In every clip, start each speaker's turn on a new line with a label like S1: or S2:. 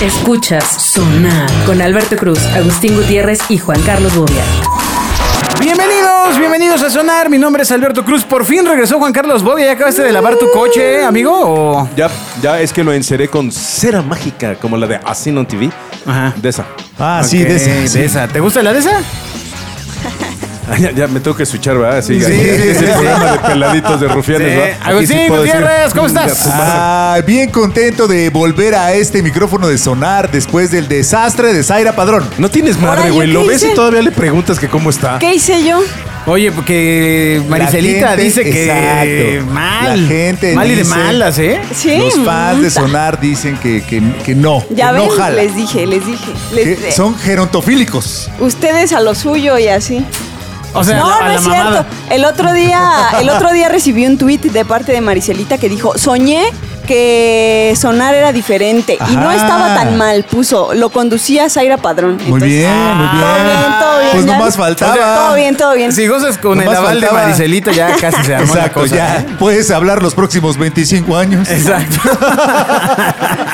S1: Escuchas Sonar con Alberto Cruz, Agustín Gutiérrez y Juan Carlos Bobia.
S2: Bienvenidos, bienvenidos a Sonar. Mi nombre es Alberto Cruz. Por fin regresó Juan Carlos Bobia. ¿Ya acabaste de lavar tu coche, amigo? ¿O
S3: Ya, ya es que lo enceré con cera mágica, como la de Asinon TV.
S2: Ajá.
S3: De esa.
S4: Ah, sí,
S2: Ok,
S4: de esa. sí.
S2: esa. ¿Te gusta la de esa?
S3: Ah, Ya, ya me tengo que switchar, ¿verdad? Sí,
S2: Sí,
S3: sí, es
S2: sí,
S3: el
S2: sí.
S3: programa de peladitos de rufianes,
S2: Sí.
S3: ¿verdad? Aquí
S2: Agustín
S3: puedo decir,
S2: Gutiérrez, ¿cómo
S3: "Chinga
S2: estás?"
S3: tu madre.
S4: Ah, bien contento de volver a este micrófono de sonar después del desastre de Zaira Padrón.
S3: No tienes madre,
S5: Ahora,
S3: güey.
S5: ¿yo
S3: Lo
S5: qué
S3: ves
S5: hice?
S3: y todavía le preguntas que cómo está.
S5: ¿Qué hice yo?
S2: Oye, porque Maricelita
S4: La gente-
S2: dice que
S4: exacto.
S2: mal.
S4: La gente
S2: mal y de
S4: dice-
S2: malas, ¿eh?
S5: Sí.
S4: Los fans de
S5: puta.
S4: sonar dicen que, que- que no.
S5: Ya
S4: que no
S5: ven,
S4: jala,
S5: les dije, les dije.
S4: que
S5: Les- eh,
S4: son gerontofílicos.
S5: Ustedes a lo suyo y así.
S2: O sea,
S5: no,
S2: a
S5: no
S2: la
S5: es cierto.
S2: mamada.
S5: El otro día, el otro día recibí un tuit de parte de Maricelita que dijo, soñé que sonar era diferente y no
S4: Ajá.
S5: estaba tan mal, puso, lo conducía Zaira Padrón.
S4: Muy
S5: Entonces, ah,
S4: bien, muy bien.
S5: Todo bien, todo bien.
S4: Pues
S5: ya.
S4: nomás faltaba.
S5: Todo bien, todo bien.
S2: Si gozas con
S4: Nomás
S2: el aval
S4: faltaba.
S2: de Maricelita, ya casi se armó la
S4: Exacto,
S2: cosa.
S4: ya.
S2: ¿eh?
S4: Puedes hablar los próximos 25 años.
S2: Exacto.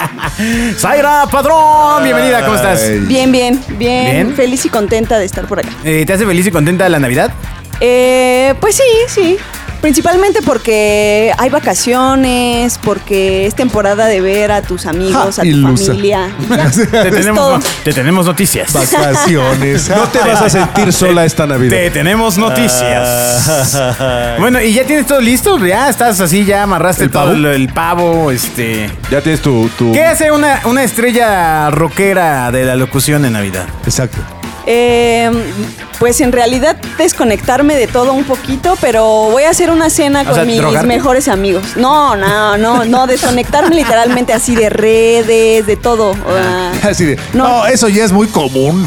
S2: Zaira Padrón, bienvenida, ¿cómo estás?
S4: Ay.
S5: Bien, bien, bien,
S2: Bien.
S5: Feliz y contenta de estar por acá.
S2: Eh, ¿Te hace feliz y contenta la Navidad?
S5: Eh, pues sí, sí. Principalmente porque hay vacaciones, porque es temporada de ver a tus amigos,
S4: Ja,
S5: a tu
S4: ilusa.
S5: familia.
S2: Te
S5: Pues todo.
S2: tenemos, no- te tenemos noticias.
S4: Vacaciones.
S3: No te vas a sentir sola esta
S2: Te
S3: Navidad.
S2: tenemos noticias.
S3: Ah.
S2: bueno, ¿y ya tienes todo listo? Ya estás así, ya amarraste el,
S4: ¿El
S2: pavo?
S4: pavo?
S2: el pavo, este...
S3: Ya tienes tu... tu-
S2: ¿Qué hace una, una estrella rockera de la locución en Navidad?
S4: Exacto.
S5: Eh, pues en realidad desconectarme de todo un poquito, pero voy a hacer una cena con
S2: sea,
S5: mis
S2: ¿drogarte?
S5: mejores amigos. No, no, no, no, desconectarme literalmente así de redes, de todo. Ah,
S4: Así de, no.
S5: No.
S4: eso ya es muy común.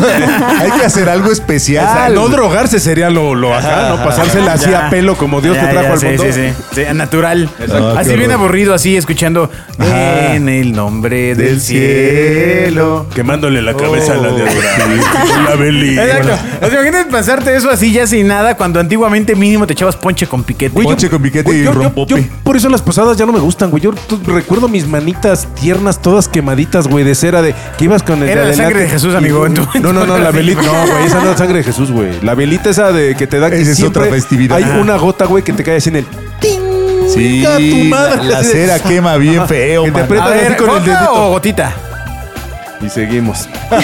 S4: Hay que hacer algo especial.
S3: Ah, no drogarse sería lo, lo acá, ¿no? Pasársela así
S2: Ya.
S3: a pelo como Dios
S2: Ya,
S3: te trajo
S2: ya,
S3: al
S2: sí,
S3: mundo.
S2: Sí, sí, sí, natural.
S4: Exacto. Ah,
S2: así
S4: qué
S2: bien
S4: horror.
S2: aburrido, así escuchando
S4: Ajá.
S2: en el nombre del,
S4: Del
S2: cielo.
S4: cielo.
S3: Quemándole la
S4: cabeza a la de atrás.
S2: Oh.
S3: la velita.
S2: Exacto. O sea, imagínate pasarte eso así ya sin nada cuando antiguamente mínimo te echabas ponche con piquete.
S4: Güey, Ponche con piquete
S3: Güey,
S4: y
S3: yo- yo-
S4: rompope.
S3: yo por eso las posadas ya no me gustan, güey. Yo t- recuerdo mis manitas tiernas, todas quemaditas, güey, de cera, de que ibas con el
S2: Era
S3: de
S2: la sangre
S3: adelante.
S2: de Jesús, amigo, en tu-
S3: No, no, no, la velita. No, güey, esa no es sangre de Jesús, güey. La velita esa de que te da que
S4: Esa es
S3: siempre
S4: otra festividad.
S3: Hay
S4: Ajá.
S3: una gota, güey, que te cae así en el. ¡Ting!
S4: Sí,
S3: ¡Chinga tu madre! "Ah,
S4: La, la cera quema bien feo,
S3: Que te
S4: mano.
S3: aprieta-
S2: A ver,
S3: así con el
S2: ¿gota
S3: dedito.
S2: o gotita?
S3: Y seguimos.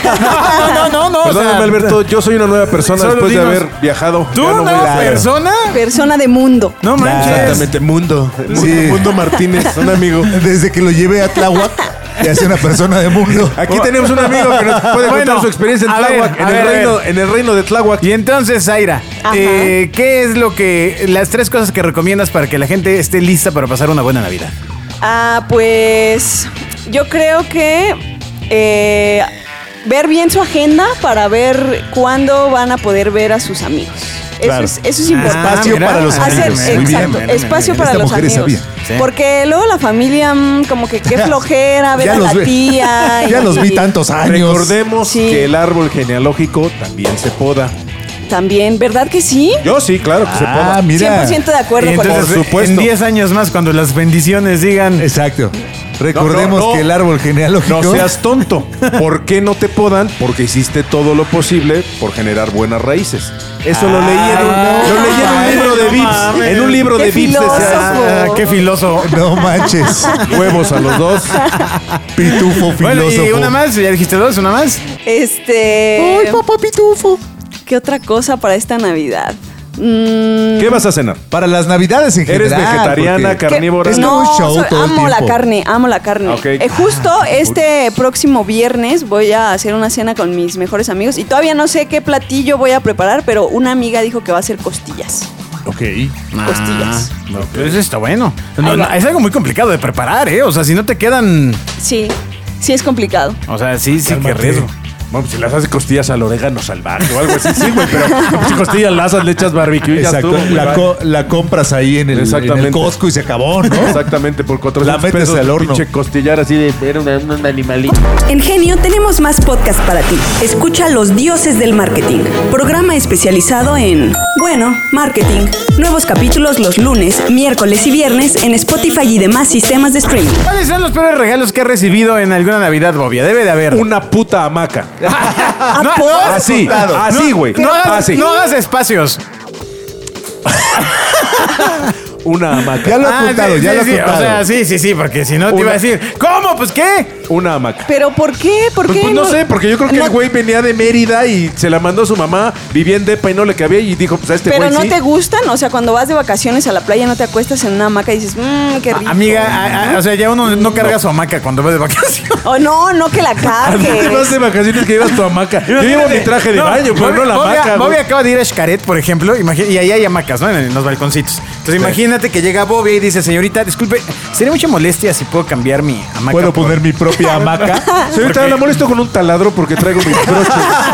S2: No, no, no.
S3: Perdóname, Alberto, yo soy una nueva persona
S2: solo
S3: después
S2: dinos-
S3: de haber viajado.
S2: ¿Tú
S3: Ya no
S2: una
S3: voy a-
S2: nueva persona?
S5: persona de mundo.
S2: No manches.
S3: Exactamente, Mundo.
S4: Sí.
S3: Mundo Martínez, un amigo.
S4: Desde que lo llevé a Tláhuac, ya es una persona de mundo.
S3: Aquí tenemos un amigo que nos puede
S2: Oh. Bueno,
S3: contar su experiencia en
S2: a ver,
S3: Tláhuac, en,
S2: a
S3: el
S2: ver, a
S3: reino-
S2: ver.
S3: en el reino de Tláhuac.
S2: Y entonces, Zaira,
S5: Ajá.
S2: eh, ¿qué es lo que. las tres cosas que recomiendas para que la gente esté lista para pasar una buena Navidad?
S5: Ah, pues yo creo que eh, ver bien su agenda para ver cuándo van a poder ver a sus amigos. Eso,
S4: Claro.
S5: es, eso es importante.
S4: Ah, Espacio para los
S5: Hacer-
S4: amigos.
S2: Hacer-
S4: Muy bien.
S5: exacto, espacio
S4: bien.
S5: para
S4: Esta
S5: los
S4: mujer es
S5: amigos.
S4: sabia.
S2: Sí.
S5: Porque luego la familia, mm, como que qué flojera, ver
S4: Ya
S5: a
S4: los
S5: la
S4: ve-
S5: tía.
S4: Ya
S5: y-
S4: los vi tantos años.
S3: Recordemos
S5: Sí.
S3: que el árbol genealógico también se poda.
S5: También, ¿verdad que sí?
S3: Yo sí, claro que se
S4: Ah,
S3: poda.
S4: mira.
S5: 100% de acuerdo
S2: Y
S5: con
S2: entonces,
S5: eso.
S3: Por supuesto.
S2: En 10 años más, cuando las bendiciones digan.
S4: Exacto.
S3: No,
S4: Recordemos
S3: no, no.
S4: que el árbol genealógico.
S3: No seas tonto. ¿Por qué no te podan? Porque hiciste todo lo posible por generar buenas raíces. Eso lo leí en
S2: Ah,
S3: un, lo leí en un
S2: no
S3: libro de Vips.
S2: mames.
S3: En un libro
S5: Qué
S3: de Vips decía
S2: Ah,
S5: filósofo.
S2: qué filoso.
S4: No manches.
S3: huevos a los dos.
S4: Pitufo filósofo.
S2: Bueno, y una más, ya dijiste dos, una más.
S5: Este.
S4: Ay, papá pitufo.
S5: ¿Qué otra cosa para esta Navidad? Mm,
S3: ¿Qué vas a cenar?
S4: Para las navidades en
S3: ¿Eres
S4: general.
S3: vegetariana,
S4: porque-
S3: carnívora?
S4: Es como
S5: No,
S4: un show
S5: soy-
S4: todo el
S5: amo la
S4: tiempo.
S5: carne, amo la carne.
S3: Ok. Ah,
S5: Eh, justo este próximo viernes voy a hacer una cena con mis mejores amigos y todavía no sé qué platillo voy a preparar, pero una amiga dijo que va a hacer costillas. Costillas.
S2: Ah, no, pero eso está bueno. No,
S5: Ahí va.
S2: no, es algo muy complicado de preparar, ¿eh? O sea, si no te quedan.
S5: Sí, sí es complicado.
S2: O sea, sí, sí, qué
S4: Cálmate.
S2: riesgo.
S3: Bueno, si las haces costillas al orégano salvaje o algo así, sí, güey, pero pues, costillas lazas, le echas barbecue y ya
S4: Exacto.
S3: estuvo, güey,
S4: la,
S3: va.
S4: co- la compras ahí en el,
S3: Exactamente.
S4: en el Costco y se acabó, ¿no?
S3: Exactamente, por 400
S4: La metes
S3: pesos
S4: al horno.
S3: pinche costillar así de...
S6: Era una- un animalito.
S7: En Genio tenemos más podcast para ti. Escucha Los Dioses del Marketing, programa especializado en, bueno, marketing. Nuevos capítulos los lunes, miércoles y viernes en Spotify y demás sistemas de streaming.
S2: ¿Cuáles son los peores regalos que has recibido en alguna Navidad, Bobia? Debe de haber. Ah,
S3: Una puta hamaca.
S2: No,
S3: Así,
S4: contado.
S3: así, Ah, güey.
S2: no hagas,
S3: así.
S2: no hagas espacios.
S3: Una hamaca.
S4: Ya lo ha
S2: Ah,
S4: contado,
S2: sí,
S4: ya
S2: sí,
S4: lo ha
S2: sí,
S4: contado.
S2: O sea, sí, sí, sí, porque si no te
S3: Una-
S2: iba a decir, ¿cómo? Pues qué.
S3: Una hamaca.
S5: ¿Pero por qué? ¿Por
S3: Pues,
S5: qué?
S3: pues, no sé, porque yo creo que
S5: no-
S3: el güey venía de Mérida y se la mandó a su mamá, vivía en Depa y no le cabía y dijo, pues a este
S5: Pero
S3: güey
S5: no
S3: sí.
S5: te gustan, o sea, cuando vas de vacaciones a la playa no te acuestas en una hamaca y dices, mmm, qué rico.
S2: Amiga, a- a- o sea, ya uno no carga su hamaca cuando va de vacaciones.
S5: O no, no que la
S3: Te vas
S5: cargues.
S3: de vacaciones que llevas tu hamaca. Yo llevo mi traje de
S2: No,
S3: baño, pero
S2: Bobby-
S3: no la
S2: Bobby-
S3: hamaca.
S2: Bobby
S3: güey.
S2: acaba de ir a Xcaret, por ejemplo, imagi- y ahí hay hamacas, ¿no? En, en los balconcitos. Entonces imagínate que llega Bobby y dice, señorita, disculpe, sería mucha molestia si puedo cambiar mi hamaca.
S4: Puedo
S2: por-
S4: poner mi propia hamaca.
S3: Señorita, la molesto con un taladro porque traigo mi broche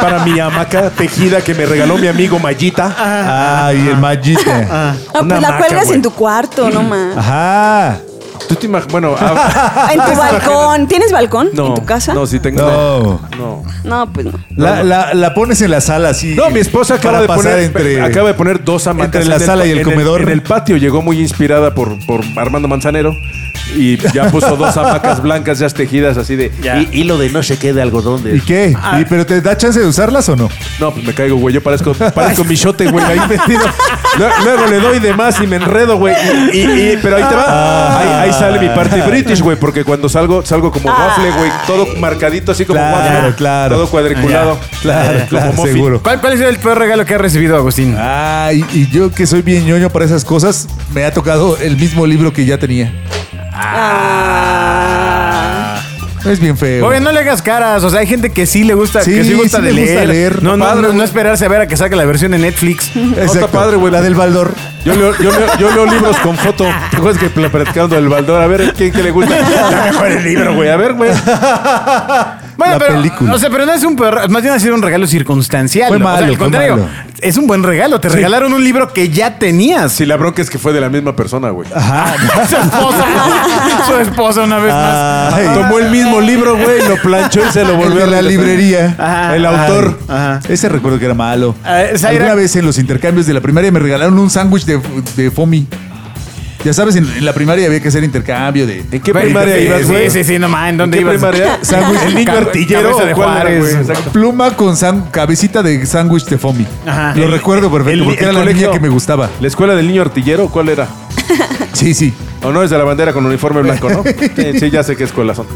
S3: para mi hamaca tejida que me regaló mi amigo Mayita.
S4: Ay, el mallita.
S5: No,
S3: una
S5: pues la
S3: hamaca,
S5: cuelgas
S3: güey.
S5: en tu cuarto, no más.
S4: Ajá.
S3: Tú te imaginas, bueno, ah,
S5: En tu balcón. ¿Tienes balcón
S3: no.
S5: en tu casa?
S3: No, sí tengo.
S4: No.
S3: No.
S5: No, pues no.
S4: La, la, la pones en la sala así.
S3: No, mi esposa acaba
S4: para
S3: de
S4: pasar
S3: poner
S4: entre.
S3: acaba de poner dos hamacas
S4: entre la
S3: en el
S4: sala
S3: pa-
S4: y el
S3: en
S4: comedor.
S3: En el patio llegó muy inspirada por, por Armando Manzanero y ya puso dos hamacas blancas ya tejidas así de
S6: Y hilo de no se quede algodón de.
S4: ¿Y qué?
S3: Ah.
S4: ¿Y, ¿Pero te da chance de usarlas o no?
S3: No, pues me caigo, güey. Yo parezco, parezco michote, güey, ahí metido. Lue- Luego le doy de más y me enredo, güey. Y, y- y- pero ahí te va.
S4: Ah.
S3: Ahí, ahí sale mi parte british, güey, porque cuando salgo, salgo como waffle, güey. Todo marcadito, así como
S4: Claro,
S3: waffle.
S4: claro.
S3: Todo cuadriculado. Eh,
S4: Claro, claro,
S3: muffin.
S4: seguro.
S2: ¿Cuál, ¿Cuál es el peor regalo que has recibido, Agustín?
S4: Ay, y yo que soy bien ñoño para esas cosas, me ha tocado el mismo libro que ya tenía. Es bien feo.
S2: Oye, no le hagas caras. O sea, hay gente que sí le gusta,
S4: Sí,
S2: que sí gusta
S4: sí
S2: de
S4: le gusta
S2: leer.
S4: leer.
S2: No, no,
S4: Padre,
S2: no,
S4: güey.
S2: no esperarse a ver a que saque la versión de Netflix.
S4: Exacto.
S3: está padre, güey.
S4: La del Baldor.
S3: Yo leo, yo, leo, yo leo libros con foto. ¿Te acuerdas que pl- platicando el Baldor? A ver, ¿quién que le gusta? La mejor el libro, güey. A ver, güey.
S2: Bueno,
S4: La
S2: pero,
S4: película.
S2: O sea, pero no es un peor, más bien ha sido un regalo circunstancial.
S4: Fue
S2: ¿no? o sea,
S4: malo,
S2: al
S4: fue
S2: contrario,
S4: malo.
S2: es un buen regalo. Te regalaron un libro que ya tenías.
S3: Si la bronca es que fue de la misma persona, güey.
S2: su esposa. su esposa una vez más.
S4: Ay.
S3: Tomó el mismo libro, güey, lo planchó y se lo volvió
S4: El de
S3: a
S4: la
S3: regresar.
S4: librería.
S3: Ajá. El autor.
S4: Ay, Ese recuerdo que era malo.
S3: Ah,
S2: Eh, Zaira-
S4: Alguna vez en los intercambios de la primaria me regalaron un sándwich de, de foamy. Ya sabes, en, en la primaria había que hacer intercambio de.
S3: ¿En qué
S2: Güey,
S3: primaria
S2: sí,
S3: ibas, güey?
S2: Sí, sí, sí, no mames, ¿en dónde
S3: ¿Qué
S2: ibas?
S3: primaria?
S4: Sándwich.
S2: El niño
S3: Ca-
S2: artillero
S3: cabeza
S2: o
S3: de
S2: cuál era,
S3: Juárez,
S2: güey?
S3: exacto.
S4: Pluma con san- cabecita de sándwich de foamy.
S2: Ajá.
S4: Lo
S2: El-
S4: recuerdo perfecto
S3: el- el
S4: porque era la niña
S3: colegio.
S4: que me gustaba.
S3: ¿La escuela del niño artillero cuál era?
S4: Sí, sí.
S3: ¿O no es de la bandera con uniforme blanco, no? Sí, sí, ya sé qué escuela son.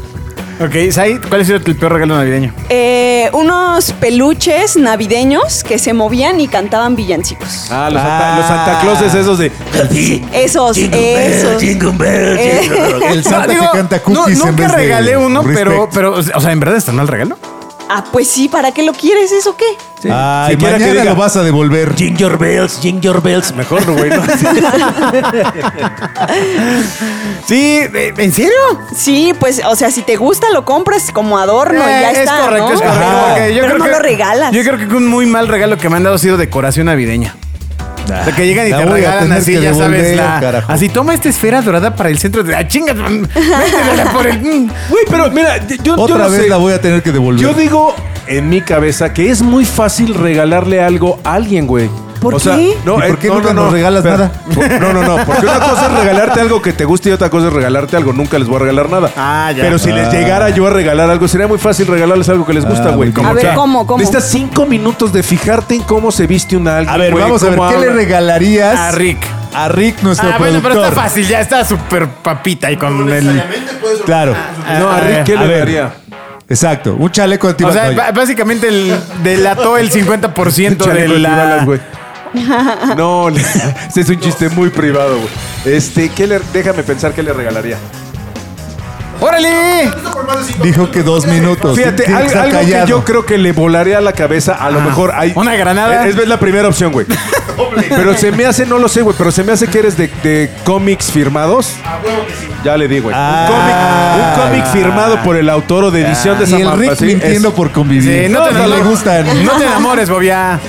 S2: Ok, Sai, ¿cuál ha sido el peor regalo navideño?
S5: Eh, unos peluches navideños que se movían y cantaban villancicos.
S3: Ah, los,
S4: Ah.
S3: Santa, los Santa Clauses esos de...
S5: Esos, esos. Eh,
S4: El Santa
S2: Digo,
S4: que canta
S2: no,
S4: cookies en
S2: nunca
S4: vez de
S2: regalé uno, pero,
S4: respect.
S2: pero, o sea, ¿en verdad está mal el regalo?
S5: ah, pues sí, ¿para qué lo quieres eso qué?
S4: Ay,
S3: Siquiera que
S4: mañana
S3: diga-
S4: lo vas a devolver.
S6: Ginger bells, ginger bells.
S3: Mejor, güey, ¿no? Sí.
S2: Sí, eh, ¿en serio?
S5: Sí, pues, o sea, si te gusta lo compras como adorno y
S2: Eh,
S5: ya
S2: es
S5: está.
S2: correcto,
S5: ¿no?
S2: es correcto.
S5: Pero-
S2: porque yo
S5: pero
S2: creo
S5: no
S2: que-
S5: lo regalas.
S2: Yo creo que un muy mal regalo que me han dado ha sido decoración navideña. O sea, que llegan y
S4: Ah, La
S2: te
S4: voy a
S2: regalan
S4: tener
S2: así,
S4: que
S2: ya sabes,
S4: devolver,
S2: la-
S4: carajo.
S2: así, toma esta esfera dorada para el centro de... ¡Ah, chingas! métemela por el... mm.
S3: Güey, pero mira, yo, yo
S4: Otra
S3: no
S4: vez
S3: sé.
S4: la voy a tener que devolver.
S3: Yo digo en mi cabeza que es muy fácil regalarle algo a alguien, güey.
S5: ¿Por
S3: O sea,
S5: qué?
S3: no,
S4: ¿Y
S3: eh,
S4: por qué
S3: no,
S4: nunca
S3: no, no,
S4: nos regalas
S3: espera.
S4: nada?
S3: Por- No, no, no. Porque una cosa es regalarte algo que te guste y otra cosa es regalarte algo. Nunca les voy a regalar nada.
S2: Ah, ya.
S3: Pero si les llegara yo a regalar algo, sería muy fácil regalarles algo que les gusta, güey.
S4: Ah, muy
S3: Como,
S5: bien. A ver,
S3: o sea,
S5: ¿cómo, cómo?
S3: Necesitas cinco minutos de fijarte en cómo se viste un alguien.
S4: A ver,
S3: güey,
S4: vamos a ver,
S3: cómo
S4: ¿qué le
S3: habla.
S4: regalarías
S2: A Ah, Rick.
S4: a Rick, nuestro
S2: Ah, bueno,
S4: productor?
S2: pero está fácil, ya está súper papita y con el...
S4: Claro.
S3: No, a Rick, ¿qué
S4: A
S3: le
S4: ver.
S3: daría?
S4: Exacto, un chaleco
S2: O sea,
S4: antibalas.
S2: ba- básicamente el- delató el 50% de
S3: Chaleco antibalas,
S2: la...
S3: güey. No, le- este es un chiste muy privado, güey. Este, ¿qué le, déjame pensar qué le regalaría.
S2: ¡Órale!
S4: Dijo que dos minutos.
S3: Fíjate,
S4: Tiene que
S3: al-
S4: estar
S3: algo que
S4: callado. Ah,
S3: yo creo que le volaría a la cabeza, a lo mejor hay.
S2: ¿Una granada?
S3: Es, es la primera opción, güey. Pero se me hace, no lo sé, güey, pero se me hace que eres de, de cómics firmados. Ya le di, güey. Un
S2: Ah.
S3: cómic- un cómic firmado por el autor o de edición de
S4: Y
S3: esa
S4: el
S3: mapa,
S4: Rick
S3: ¿sí?
S4: mintiendo
S3: Es-
S4: por convivir.
S2: Sí, no te
S4: No le
S2: enamores.
S4: gustan.
S2: No te enamores, Bobia.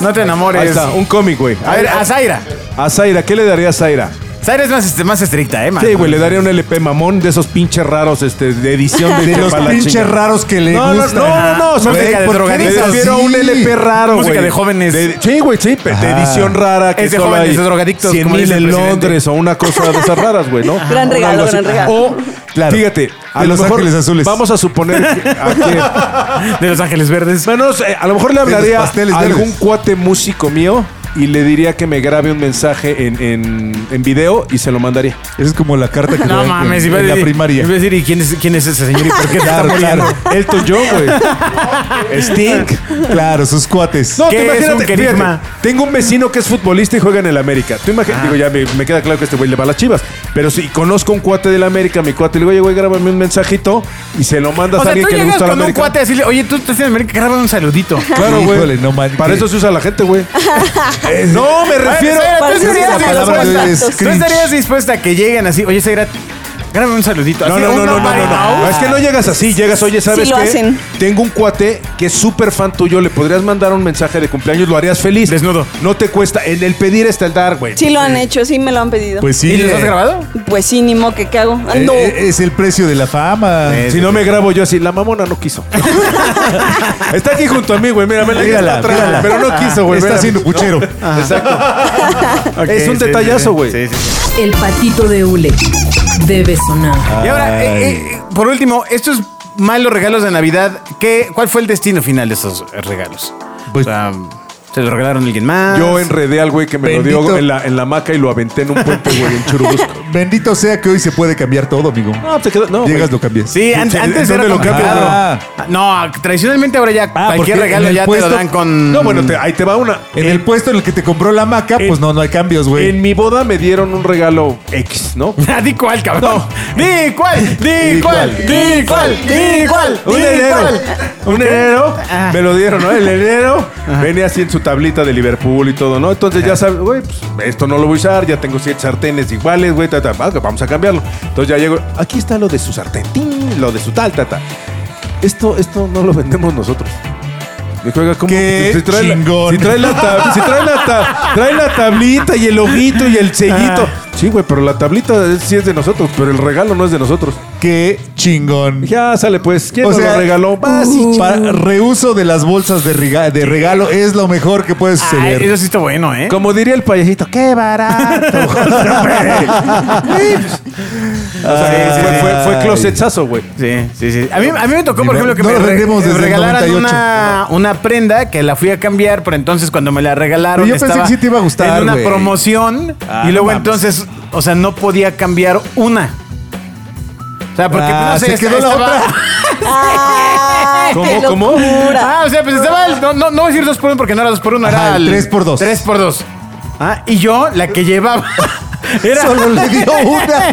S2: No te enamores.
S3: Ahí está, un cómic, güey.
S2: A ver, a Zaira.
S3: A Zaira, ¿qué le daría a Zaira?
S2: Zaira es más, este, más estricta, ¿eh, man?
S3: Sí, güey, le daría un LP mamón de esos pinches raros este, de edición de,
S4: De los
S3: para la
S4: pinches
S3: chingada.
S4: raros que le
S3: No, no,
S4: gustan.
S3: no, no, no, o
S2: Música
S3: sea, güey,
S2: de
S3: ¿por qué
S2: drogadictos.
S3: Me refiero a un
S4: Sí.
S3: LP raro,
S2: Música
S3: güey.
S2: de jóvenes.
S3: De- sí, güey, sí, pe- de edición rara. Que
S2: Es de
S3: solo
S2: jóvenes,
S3: hay
S2: de drogadictos,
S3: 100
S2: como
S3: mil
S2: dice el
S3: en
S2: presidente.
S3: Londres o una cosa de esas raras, güey, ¿no?
S5: Gran
S3: O
S5: regalo,
S3: algo así.
S5: gran regalo.
S3: O,
S4: Claro.
S3: fíjate, a
S4: De
S3: lo
S4: Los
S3: mejor
S4: Ángeles Azules.
S3: Vamos a suponer que, a que-
S2: De Los Ángeles Verdes.
S3: bueno, no sé, a lo mejor le
S4: los
S3: hablaría a
S4: pasteles
S3: algún
S4: verdes.
S3: cuate músico mío y le diría que me grabe un mensaje en, en, en video y se lo mandaría.
S4: Esa es como la carta que
S2: No
S4: dan
S2: mames,
S4: en,
S2: iba a
S4: en la
S2: decir-
S4: primaria.
S2: Iba a decir, ¿y quién es, quién es ese señor y por qué se está
S4: Claro,
S2: muriendo?
S4: claro.
S3: Elton John, güey. Sting.
S4: Claro, sus cuates.
S3: No,
S2: ¿Qué
S3: tú
S2: es
S3: imagínate,
S2: un querigma?
S3: fíjate, tengo un vecino que es futbolista y juega en el América. Tú imagínate, digo, ya me, me queda claro que este güey le va a las chivas. Pero si conozco un cuate del América, mi cuate, le digo, oye, güey, grábame un mensajito y se lo mandas
S2: O
S3: a
S2: sea,
S3: alguien
S2: tú
S3: que le
S2: llegas
S3: gusta la
S2: con un
S3: América.
S2: cuate a decirle, oye, tú estás en América, graba un saludito.
S3: Claro, güey.
S4: Híjole, no man-
S3: Para
S4: que-
S3: eso se usa la gente, güey. no, me refiero.
S2: Bueno,
S5: Para
S2: ¿tú,
S5: eso
S2: estarías
S5: es la palabra
S2: dispuesta,
S4: de
S2: ¿Tú
S4: cringe.
S2: estarías dispuesta a que lleguen así? Oye, Zaira, grábame un saludito.
S3: No,
S2: Así,
S3: no, no,
S2: un
S3: no, no,
S2: bye
S3: no, no.
S2: now.
S3: Es que no llegas así, llegas, oye, ¿sabes
S5: Sí lo
S3: qué?
S5: hacen.
S3: Tengo un cuate que es súper fan tuyo, le podrías mandar un mensaje de cumpleaños, lo harías feliz.
S2: Desnudo.
S3: No te cuesta, el, el pedir está el dar, güey.
S5: Sí lo han hecho, sí me lo han pedido.
S4: Pues sí.
S2: ¿Y los
S4: eh,
S2: has grabado?
S5: Pues sí, ni modo que qué hago. Ah,
S4: eh,
S5: no.
S4: Es el precio de la fama.
S3: Ah, Si no me grabo yo así, la mamona no quiso. está aquí junto a mí, güey. Mira, me la
S4: Mírala,
S3: está atrás,
S4: mírala.
S3: Pero no quiso, güey.
S4: Está
S3: mira.
S4: haciendo puchero.
S3: Exacto. es un
S2: sí,
S3: detallazo, güey.
S2: Sí, sí, sí.
S1: El patito de hule debe sonar.
S2: Y ahora, eh, eh, por último, estos malos regalos de Navidad, ¿qué, ¿cuál fue el destino final de esos regalos?
S4: Pues-
S2: o sea, ¿se lo regalaron a alguien más?
S3: Yo enredé al güey que me lo dio
S4: Bendito.
S3: en la, en la maca y lo aventé en un puente, güey, en Churubusco.
S4: Bendito sea que hoy se puede cambiar todo, amigo.
S3: No, te quedas. No,
S4: Llegas, lo cambias.
S2: Sí, an-
S3: Sí,
S2: antes
S3: ¿dónde
S2: era
S3: lo
S2: complicado.
S3: cambio,
S2: No, tradicionalmente ahora ya cualquier
S4: Ah, porque
S2: regalo
S4: en el
S2: ya
S4: puesto-
S2: te lo dan con...
S3: No, bueno, te- ahí te va una.
S4: En el puesto en el que te compró la maca, pues no, no hay cambios,
S3: En
S4: güey.
S3: mi boda me dieron un regalo X, ¿no?
S2: Di cuál, cabrón. Di cuál, di
S4: Di
S2: cuál,
S4: cuál.
S2: di cuál, di cuál,
S3: Un
S2: di
S3: enero.
S2: cuál. Ah.
S3: Un enero. Me lo dieron, ¿no? El enero. Venía así en su tablita de Liverpool y todo, ¿no? Entonces ya sabes, güey, pues, esto no lo voy a usar. Ya tengo siete sartenes iguales, güey. ta, ta, va, Vamos a cambiarlo. Entonces ya llego. Aquí está lo de su sartén. tin, Lo de su tal, ta, ta. Esto, esto no lo vendemos nosotros. Dijo, oiga, ¿cómo?
S4: ¡Qué
S3: Si trae la-
S4: chingón!
S3: si trae la, tab- si trae la ta- trae la tablita y el ojito y el sellito.
S4: Ah.
S3: Sí, güey, pero la tablita es- sí es de nosotros, pero el regalo no es de nosotros.
S4: Qué chingón.
S3: Ya sale pues, ¿quién
S4: O
S3: nos
S4: sea,
S3: lo regaló? Vas y
S4: Uh, para- reuso de las bolsas de, rega- de regalo es lo mejor que puede
S2: Ay,
S4: suceder.
S2: eso sí está bueno, ¿eh?
S3: Como diría el payasito, qué barato. o sea,
S4: Ah,
S2: sí,
S3: fue,
S2: sí.
S3: fue, fue closetazo, güey.
S2: Sí, sí, sí. A mí, a mí me tocó, por
S4: Ni
S2: ejemplo,
S4: ver-
S2: que
S4: no
S2: me
S4: lo
S2: re-
S4: vendemos desde el
S2: regalaran
S4: 98.
S2: una, una prenda que la fui a cambiar, pero entonces cuando me la regalaron
S4: Pero yo pensé
S2: estaba
S4: que sí te iba a gustar,
S2: en una
S4: güey.
S2: promoción
S4: Ah,
S2: y luego
S4: no mames.
S2: entonces, o sea, no podía cambiar una. O sea, porque
S4: Ah,
S2: no sé,
S4: se
S2: esta-
S4: quedó la
S2: estaba-
S4: otra.
S5: Ah,
S3: ¿Cómo,
S5: qué
S3: cómo?
S5: locura.
S2: Ah, o sea, pues estaba el- no, no, no voy a decir 2 por 1 porque no era 2 por 1
S4: Ajá,
S2: era
S4: el tres por dos.
S2: 3 por 2 Ah, y yo, la que llevaba. Era.
S4: Solo le dio una.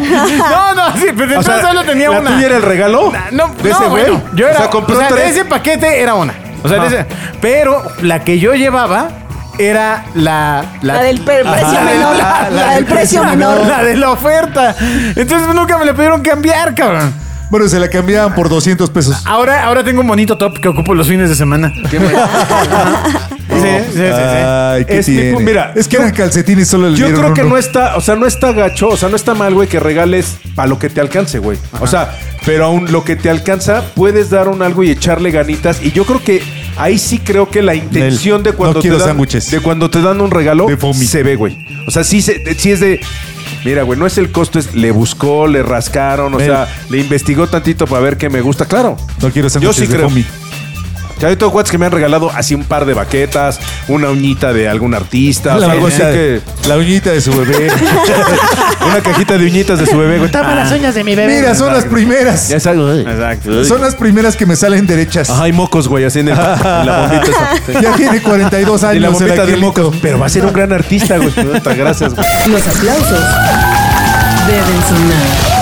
S2: No, no, sí, pero entonces solo tenía
S3: ¿la
S2: una.
S3: tuya era el regalo?
S2: No,
S3: ¿De ese
S2: no,
S3: güey?
S2: bueno, yo era,
S3: O sea, compró
S2: o sea, de
S3: tres.
S2: ese paquete era una. O sea, de
S3: Ajá.
S2: ese- pero la que yo llevaba era la...
S5: La del pre-
S2: Ajá.
S5: precio menor, la del precio menor.
S2: La de la oferta. Entonces nunca me la pudieron cambiar, cabrón.
S4: Bueno, se la cambiaban por 200 pesos.
S2: Ahora, ahora tengo un bonito top que ocupo los fines de semana. Sí, sí, sí, sí.
S4: Ay, ¿qué
S3: Es mi-
S4: tiene?
S3: mira,
S4: es que eran calcetines solo le
S3: Yo
S4: dieron
S3: creo que
S4: uno.
S3: no está, o sea, no está gacho, o sea, no está mal, güey, que regales a lo que te alcance, güey. O sea, pero aún lo que te alcanza, puedes dar un algo y echarle ganitas. Y yo creo que ahí sí creo que la intención de
S4: no
S3: cuando,
S4: quiero
S3: te, dan,
S4: sándwiches.
S3: de cuando te dan un regalo
S4: De foamy.
S3: se ve, güey. O sea, sí, se, sí es de. Mira, güey, no es el costo, es le buscó, le rascaron, o
S4: Mel.
S3: sea, le investigó tantito para ver qué me gusta. Claro.
S4: No quiero
S3: Yo
S4: sándwiches
S3: sí
S4: de
S3: creo.
S4: foamy.
S3: Ya hay todos que me han regalado así un par de baquetas, una uñita de algún artista, o sea, algo así
S4: uñita-
S3: que.
S4: la uñita de su bebé.
S3: Una cajita de uñitas de su bebé, güey.
S6: Tapa las uñas de mi bebé.
S4: Mira, son las primeras.
S3: Ya es algo, güey.
S2: Exacto.
S4: Son las primeras que me salen derechas.
S3: Ajá, hay mocos, güey, así en, el- en la bombita esa.
S4: Ya tiene 42 años.
S3: Y la
S4: el
S3: bombita de
S4: angelito.
S3: mocos. Pero va a ser un gran artista, güey. Puta, Gracias, güey.
S1: Los aplausos deben sonar.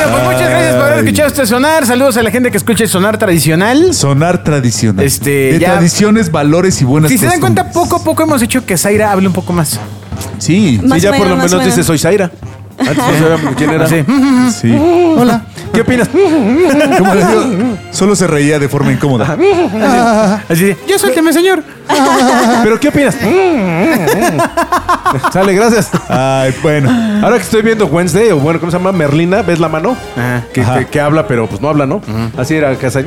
S2: Bueno, pues muchas gracias por haber escuchado este sonar. Saludos a la gente que escucha el sonar tradicional.
S4: Sonar tradicional.
S2: Este,
S4: de
S2: ya-
S4: tradiciones, valores y buenas
S2: Si se dan
S4: costumbres.
S2: cuenta, poco a poco hemos hecho que Zaira hable un poco más.
S4: Sí.
S5: Más
S3: Y ya
S5: o
S3: por
S5: menos,
S3: lo
S5: más o
S3: menos dice,
S5: menos.
S3: soy Zaira. Antes no sabíamos quién era.
S2: Así.
S4: Sí. Hola.
S3: ¿Qué opinas?
S4: Como les digo, solo se reía de forma incómoda.
S2: Así de, ya suélteme, señor.
S3: ¿Pero qué opinas? Mm, Sale, gracias.
S4: Ay, bueno.
S3: Ahora que estoy viendo Wednesday, o bueno, ¿cómo se llama? Merlina, ¿ves la mano? Que, que- que habla, pero pues no habla, ¿no? Así era "Mm, casa.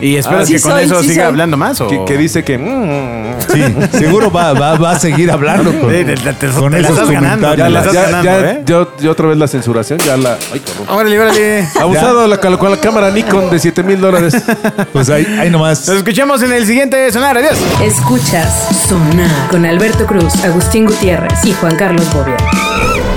S2: Y espero
S5: sí
S2: que con
S5: soy,
S2: eso
S5: sí
S2: siga
S5: soy.
S2: hablando más. ¿o?
S3: Que, que dice que. mm.
S4: Sí, seguro va, va, va a seguir hablando con,
S2: Eh, te- te- te-
S4: con
S2: te la
S4: esos
S2: estás ganando,
S4: comentarios.
S3: Ya, la-
S2: estás
S3: ya-
S2: ganando,
S3: ya-
S2: ¿eh?
S3: yo, yo otra vez la censuración, ya la. Ay, cabrón.
S2: Órale, órale.
S3: Abusado la, con la cámara Nikon de 7 mil dólares.
S4: Pues ahí, ahí nomás.
S2: Nos escuchamos en el siguiente sonar. Adiós.
S1: Escuchas Sonar con Alberto Cruz, Agustín Gutiérrez y Juan Carlos Bobia.